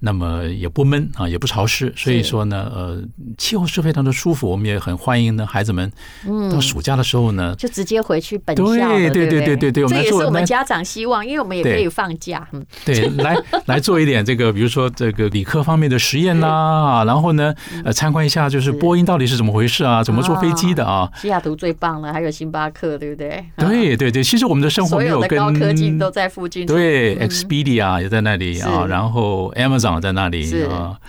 Speaker 3: 那么也不闷啊，也不潮湿，所以说呢，呃，气候是非常的舒服，我们也很欢迎呢孩子们，
Speaker 2: 嗯
Speaker 3: 到暑假的时候呢，
Speaker 2: 就直接回去本校了，对
Speaker 3: 对对
Speaker 2: 不
Speaker 3: 对对对对我
Speaker 2: 这
Speaker 3: 们
Speaker 2: 也
Speaker 3: 来
Speaker 2: 是
Speaker 3: 做
Speaker 2: 我们
Speaker 3: 来
Speaker 2: 家长希望，因为我们也可
Speaker 3: 对
Speaker 2: 以放假，嗯，
Speaker 3: 对，来来做一点这个，比如说这个理科方面的实验啦，啊然后呢，
Speaker 2: 嗯
Speaker 3: 呃，参观一下就是波音到底是怎么回事啊，怎么坐飞机的啊。
Speaker 2: 西雅图最棒了，还有星巴克，对不对？啊
Speaker 3: 对对对，其实我们的生活
Speaker 2: 所
Speaker 3: 没
Speaker 2: 有的
Speaker 3: 跟
Speaker 2: 高科技都在附近。
Speaker 3: 对、x p e d i a 也在那里啊，
Speaker 2: 嗯是
Speaker 3: 然后 Amazon 在那里
Speaker 2: 是
Speaker 3: 啊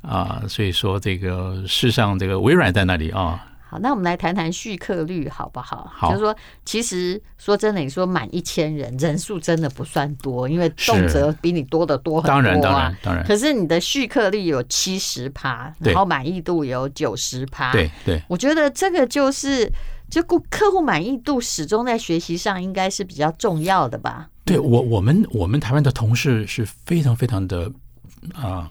Speaker 3: 啊，所以说这个世上这个微软在那里啊，
Speaker 2: 好，那我们来谈谈续客率好不好？
Speaker 3: 好
Speaker 2: 就是说，其实说真的，你说满一千人，人数真的不算多，因为
Speaker 3: 是
Speaker 2: 动辄比你多的多很多、啊、
Speaker 3: 当然当然当然，
Speaker 2: 可是你的续客率有七十趴，
Speaker 3: 对
Speaker 2: 然后满意度有九十趴。
Speaker 3: 对对
Speaker 2: 我觉得这个就是，就顾客户满意度始终在学习上应该是比较重要的吧。
Speaker 3: 对，我我们我们台湾的同事是非常非常的啊。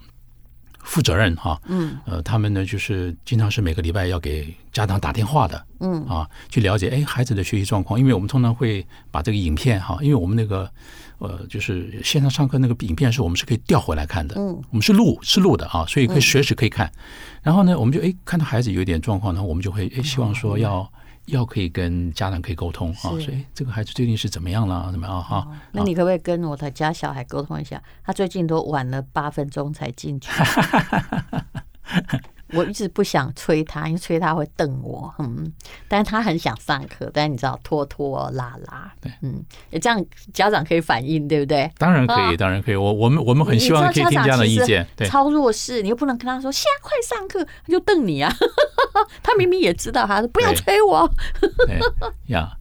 Speaker 3: 负责任哈，嗯，呃，他们呢就是经常是每个礼拜要给家长打电话的，嗯啊，去了解哎孩子的学习状况，因为我们通常会把这个影片哈，因为我们那个呃就是线上上课那个影片是我们是可以调回来看的，嗯，我们是录是录的啊，所以可以随时可以看。然后呢，我们就哎看到孩子有一点状况，然后我们就会哎希望说要要可以跟家长可以沟通啊，
Speaker 2: 是
Speaker 3: 所以哎这个孩子最近是怎么样了，怎么样啊哈、
Speaker 2: 那你可不可以跟我的家小孩沟通一下？他最近都晚了八分钟才进 去。我一直不想催他，因为催他会瞪我。嗯，但是他很想上课，但是你知道拖拖拉拉，
Speaker 3: 对，
Speaker 2: 嗯，诶这样家长可以反应，对不对？
Speaker 3: 当然可
Speaker 2: 啊
Speaker 3: 以，当然可以。我我们我们很希望可以听家长的意
Speaker 2: 你
Speaker 3: 见，
Speaker 2: 知道家长其实
Speaker 3: 对
Speaker 2: 超弱势，你又不能跟他说现在快上课，他就瞪 你啊。他明明也知道，他说不要
Speaker 3: 对
Speaker 2: 催我。
Speaker 3: 对呀。哎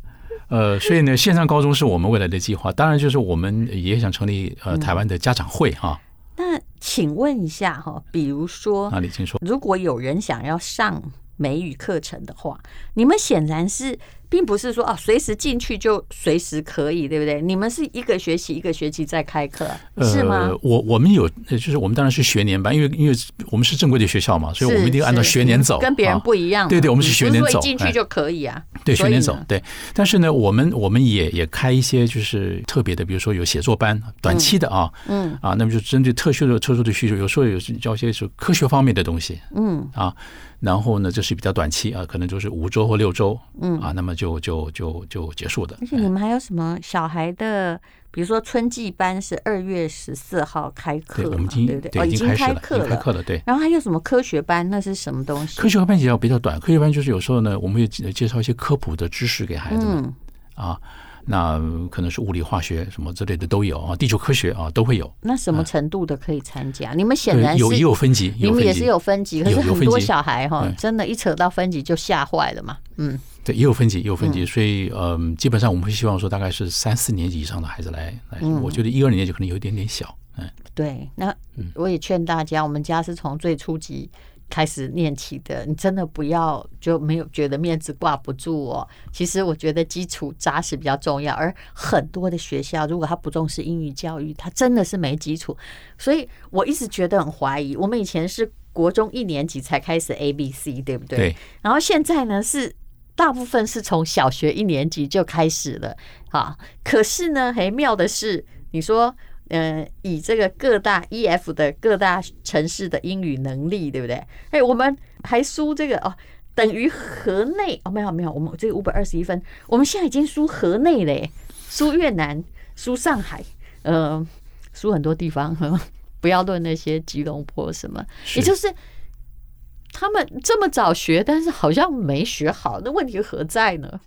Speaker 3: 呃，所以呢，线上高中是我们未来的计划。当然，就是我们也想成立呃台湾的家长会哈。
Speaker 2: 那请问一下哈，比如说
Speaker 3: 那李静说，
Speaker 2: 如果有人想要上美语课程的话，你们显然是并不是说哦，随时进去就随时可以，对不对？你们是一个学期一个学期在开课，啊是吗
Speaker 3: 呃？，我我们有，呃就是我们当然是学年班，因为因为我们是正规的学校嘛，所以我们一定要按照
Speaker 2: 是
Speaker 3: 学年走，
Speaker 2: 跟别人
Speaker 3: 啊
Speaker 2: 不一样嘛、
Speaker 3: 对对我们是学年
Speaker 2: 不说一
Speaker 3: 走
Speaker 2: 进去
Speaker 3: 哎
Speaker 2: 就可以啊。
Speaker 3: 对，
Speaker 2: 所
Speaker 3: 学
Speaker 2: 以
Speaker 3: 年
Speaker 2: 呢
Speaker 3: 走对。但是呢，我们我们也也开一些就是特别的，比如说有写作班，短期的啊，嗯啊，那么就针对特殊的特殊的需求，有时候有时教一些是科学方面的东西，嗯啊，然后呢，这是比较短期啊，可能就是五周或六周，嗯啊，那么就就就就结束的
Speaker 2: 而。且你们还有什么小孩的？比如说春季班是二月十四号开课
Speaker 3: 哎对，
Speaker 2: 嘛，
Speaker 3: 我们已经
Speaker 2: 对不对？哦，
Speaker 3: 已
Speaker 2: 已经
Speaker 3: 经开始
Speaker 2: 开
Speaker 3: 了，已经开
Speaker 2: 了。
Speaker 3: 课了，对。
Speaker 2: 然后还有什么科学班？那是什么东西？
Speaker 3: 科学班比较比较短，科学班就是有时候呢，我们会介介绍一些科普的知识给孩子们、
Speaker 2: 嗯
Speaker 3: 啊，那可能是物理、化学什么之类的都有啊，地球科学啊都会有。
Speaker 2: 那什么程度的可以参加？你们显
Speaker 3: 对，
Speaker 2: 然是
Speaker 3: 有也有分级，
Speaker 2: 你们
Speaker 3: 分
Speaker 2: 也
Speaker 3: 级
Speaker 2: 是有分级，可是
Speaker 3: 有有
Speaker 2: 很
Speaker 3: 分
Speaker 2: 多
Speaker 3: 级哎
Speaker 2: 小孩哈
Speaker 3: 对，
Speaker 2: 真的，一扯到分级就吓坏了嘛。嗯，
Speaker 3: 对也有分级，也有分级，所以嗯，基本上我们会希望说大概是三四年级以上的孩子来来，
Speaker 2: 嗯
Speaker 3: 我觉得一二年级可能有一点点小，嗯，
Speaker 2: 对。那我也劝大家，我们家是从最初级开始念起的，你真的不要就没有觉得面子挂不住哦。其实我觉得基础扎实比较重要，而很多的学校如果他不重视英语教育，他真的是没基础。所以我一直觉得很怀疑，我们以前是国中一年级才开始 A B C，对不
Speaker 3: 对，
Speaker 2: 然后现在呢是大部分是从小学一年级就开始了啊。可是呢，很妙的是，你说，呃，以这个各大 EF 的各大城市的英语能力，对不对？哎，我们还输这个哦，等于河内哦，没有没有，我们这个五百二十一分，我们现在已经输河内嘞，输越南，输上海，呃，输很多地方，呵呵不要论那些吉隆坡什么，也就是。他们这么早学，但是好像没学好，那问题何在呢？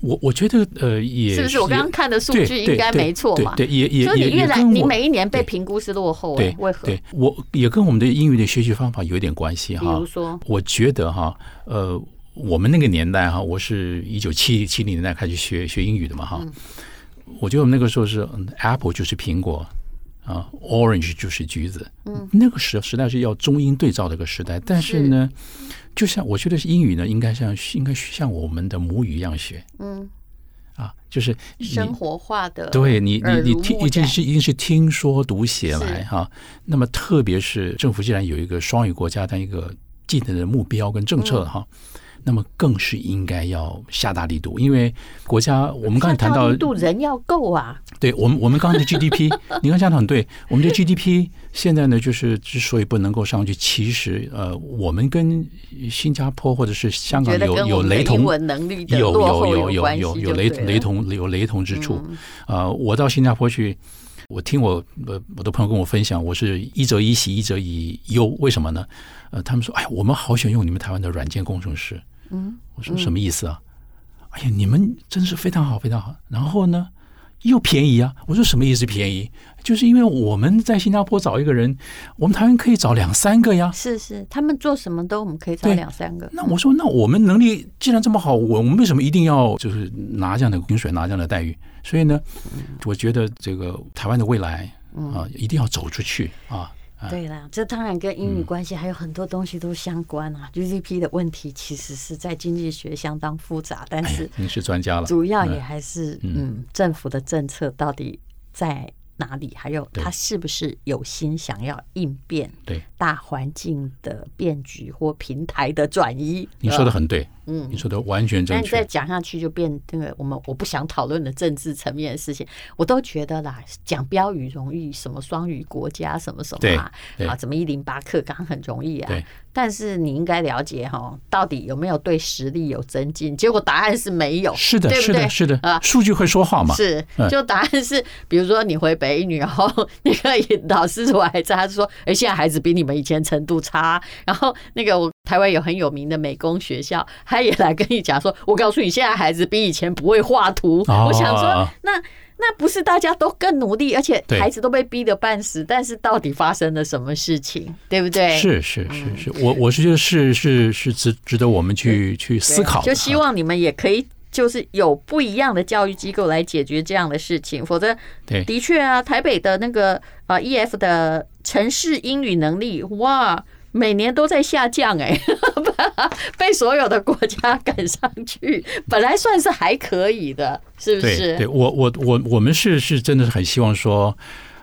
Speaker 3: 我我觉得呃也
Speaker 2: 是不是？我刚刚看的数
Speaker 3: 对
Speaker 2: 据
Speaker 3: 对
Speaker 2: 应该
Speaker 3: 对
Speaker 2: 没错
Speaker 3: 对
Speaker 2: 嘛。
Speaker 3: 对，也也
Speaker 2: 所以
Speaker 3: 也
Speaker 2: 你越
Speaker 3: 也
Speaker 2: 来，
Speaker 3: 跟
Speaker 2: 你
Speaker 3: 我
Speaker 2: 每一年被
Speaker 3: 对
Speaker 2: 评估是落后、哎
Speaker 3: 对
Speaker 2: 为何？
Speaker 3: 对，我也跟我们的英语的学习方法有一点关系
Speaker 2: 比
Speaker 3: 哈。
Speaker 2: 如说，
Speaker 3: 我觉得哈，呃，我们那个年代哈，我是一九七七零年代开始学学英语的嘛哈。我觉得我们那个时候是嗯 Apple 就是苹果啊，Orange 就是橘子。嗯，那个时时代是要中英对照的一个时代，但是呢，就像我觉得是英语呢，应该像应该像我们的母语一样学
Speaker 2: 嗯，
Speaker 3: 啊，就是你
Speaker 2: 生活化的，
Speaker 3: 对你，
Speaker 2: 耳
Speaker 3: 你你
Speaker 2: 濡
Speaker 3: 听
Speaker 2: 目
Speaker 3: 一定
Speaker 2: 染
Speaker 3: 是一定是听说读写
Speaker 2: 是
Speaker 3: 来哈、那么特别是政府既然有一个双语国家的一个既定的目标跟政
Speaker 2: 嗯
Speaker 3: 策哈、那么更是应该要下大力度，因为国家我们刚才谈
Speaker 2: 下
Speaker 3: 到
Speaker 2: 大力，度人要够啊，
Speaker 3: 对我们我们刚才 的 GDP，你刚才讲的很对，我们的 GDP 现在呢就是之所以不能够上去，其实呃我们跟新加坡或者是香港
Speaker 2: 觉得
Speaker 3: 有
Speaker 2: 跟
Speaker 3: 有
Speaker 2: 我们的
Speaker 3: 雷同
Speaker 2: 英文能力的
Speaker 3: 有
Speaker 2: 落后
Speaker 3: 有有有
Speaker 2: 关系
Speaker 3: 有
Speaker 2: 就
Speaker 3: 有雷
Speaker 2: 对了
Speaker 3: 雷同有雷同之处
Speaker 2: 嗯。
Speaker 3: 呃，我到新加坡去，我听我呃我的朋友跟我分享，我是一则以喜，一则以忧。为什么呢？呃，他们说，哎，我们好喜欢用你们台湾的软件工程师。嗯，我说什么意思啊？哎呀，你们真是非常好，非常好。然后呢？又便宜啊！我说什么意思便宜？就是因为我们在新加坡找一个人，我们台湾可以找两三个呀。
Speaker 2: 是是，他们做什么都我们可以找
Speaker 3: 对
Speaker 2: 两三个，
Speaker 3: 那我说，那我们能力既然这么好，我我们为什么一定要就是拿这样的薪水，拿这样的待遇？所以呢，我觉得这个台湾的未来
Speaker 2: 嗯
Speaker 3: 啊，一定要走出去啊。嗯
Speaker 2: 对啦，这当然跟英语关系还有很多东西都相关啊。GDP 的问题其实是在经济学相当复杂，但
Speaker 3: 哎呀
Speaker 2: 是、，
Speaker 3: 您是专家了，
Speaker 2: 主要
Speaker 3: 嗯
Speaker 2: 也还是嗯，政府的政策到底在哪里？还有
Speaker 3: 对
Speaker 2: 他是不是有心想要应变
Speaker 3: 对，
Speaker 2: 大环境的变局或平台的转移？
Speaker 3: 您说的
Speaker 2: 呃，
Speaker 3: 很对，
Speaker 2: 嗯
Speaker 3: 您。说的完全正
Speaker 2: 但再
Speaker 3: 确。
Speaker 2: 讲下去就变那个我们我不想讨论的政治层面的事情，我都觉得啦，讲标语容易，什么双语国家什么什么啊，
Speaker 3: 对对
Speaker 2: 啊，怎么一零八课纲很容易啊
Speaker 3: 对，
Speaker 2: 但是你应该了解哈，到底有没有对实力有增进？结果答案是没有，
Speaker 3: 是的，
Speaker 2: 对不
Speaker 3: 是
Speaker 2: 对
Speaker 3: 的，是
Speaker 2: 啊
Speaker 3: 的，数据会说话嘛？
Speaker 2: 是
Speaker 3: 嗯，
Speaker 2: 就答案是，比如说你回北一女，然后那个老师出来，他就说， 哎，现在孩子比你们以前程度差。然后那个我台湾有很有名的美工学校，他也来跟你讲说，我告诉你，现在孩子比以前不会画图。
Speaker 3: 哦
Speaker 2: 我想说，那那不是大家都更努力，而且
Speaker 3: 对
Speaker 2: 孩子都被逼得半死，但是到底发生了什么事情，对不对？嗯
Speaker 3: 是是是是，我我是觉得是是是值值得我们去去
Speaker 2: 对
Speaker 3: 思考的哈，
Speaker 2: 就希望你们也可以。就是有不一样的教育机构来解决这样的事情，否则
Speaker 3: 对
Speaker 2: 的确啊，台北的那个啊、呃 EF 的城市英语能力，哇，每年都在下降哎、 被所有的国家赶上去，本来算是还可以的，是不
Speaker 3: 对对，
Speaker 2: 是？
Speaker 3: 我我我我们是是真的是很希望说，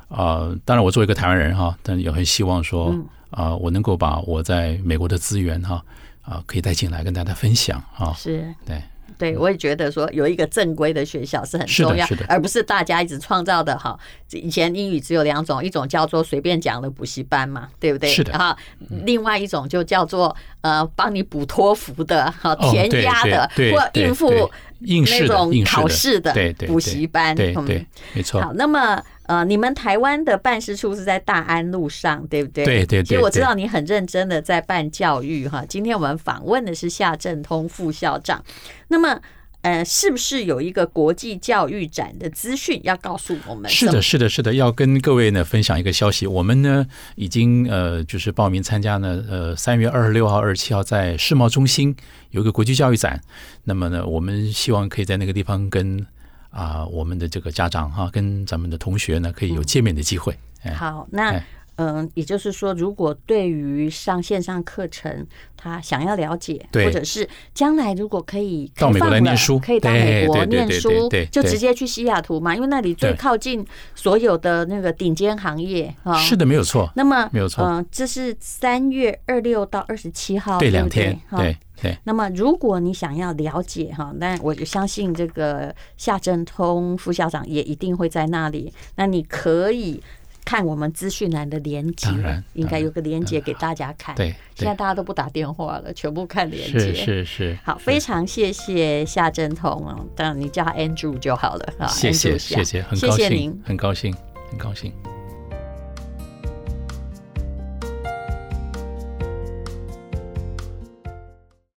Speaker 3: 呃，当然我作为一个台湾人哈，但也很希望说，
Speaker 2: 嗯
Speaker 3: 啊、我能够把我在美国的资源哈，啊、可以带进来跟大家分享啊。
Speaker 2: 是。
Speaker 3: 对，
Speaker 2: 对，我也觉得说有一个正规的学校是很
Speaker 3: 嗯是的
Speaker 2: 重要
Speaker 3: 是的，
Speaker 2: 而不是大家一直创造的哈。以前英语只有两种，一种叫做随便讲的补习班嘛，对不对？
Speaker 3: 是的
Speaker 2: 然后另外一种就叫做呃帮你补托福的哈，填鸭的
Speaker 3: 哦、对对
Speaker 2: 或
Speaker 3: 对
Speaker 2: 应付
Speaker 3: 对应试
Speaker 2: 那
Speaker 3: 的
Speaker 2: 种
Speaker 3: 应
Speaker 2: 考
Speaker 3: 试
Speaker 2: 试的
Speaker 3: 对对
Speaker 2: 补习班。
Speaker 3: 对
Speaker 2: 嗯
Speaker 3: 对对，没错。
Speaker 2: 好，那么呃，你们台湾的办事处是在大安路上，对不对？
Speaker 3: 对对对
Speaker 2: 其实我知
Speaker 3: 对
Speaker 2: 道你很认真的在办教育哈。今天我们访问的是夏正通副校长，那么。呃，是不是有一个国际教育展的资讯要告诉我们？
Speaker 3: 是的，，是的，是的，要跟各位呢分享一个消息，我们呢已经呃就是报名参加呢呃三月二十六号、二十七号在世贸中心有一个国际教育展，那么呢我们希望可以在那个地方跟啊、我们的这个家长哈、跟咱们的同学呢可以有见面的机会，哎，
Speaker 2: 好，那
Speaker 3: 哎
Speaker 2: 嗯、也就是说，如果对于上线上课程，他想要了解，
Speaker 3: 对
Speaker 2: 或者是将来如果可以
Speaker 3: 到美国
Speaker 2: 开放
Speaker 3: 来念
Speaker 2: 了
Speaker 3: 书
Speaker 2: 可以到
Speaker 3: 对
Speaker 2: 美国
Speaker 3: 对对
Speaker 2: 念
Speaker 3: 对
Speaker 2: 书
Speaker 3: 对对，
Speaker 2: 就
Speaker 3: 对
Speaker 2: 直接去西雅图嘛，因为那里最
Speaker 3: 对
Speaker 2: 靠近所有的那个顶尖行业啊。
Speaker 3: 是。的，没有错，
Speaker 2: 那么呃
Speaker 3: 没有错
Speaker 2: 嗯、这是三月二六到二十七号，
Speaker 3: 对，两
Speaker 2: 不对
Speaker 3: 天，
Speaker 2: 哈
Speaker 3: 对对
Speaker 2: 那么，如果你想要了解哈，那我相信这个夏正通副校长也一定会在那里。那你可以看我们资讯栏的连接
Speaker 3: 当然，
Speaker 2: 应该有个连接
Speaker 3: 当
Speaker 2: 给大家看。，
Speaker 3: 对
Speaker 2: 现在
Speaker 3: 对，
Speaker 2: 大家都不打电话了，全部看连接。
Speaker 3: 是是是，
Speaker 2: 好，
Speaker 3: 是
Speaker 2: 非常谢谢夏正通哦，当然你叫他 Andrew 就好了啊。
Speaker 3: 谢
Speaker 2: Andrew
Speaker 3: 谢
Speaker 2: 夏
Speaker 3: 谢谢，很
Speaker 2: 谢
Speaker 3: 高
Speaker 2: 谢
Speaker 3: 兴
Speaker 2: 您，
Speaker 3: 很高兴，很高兴。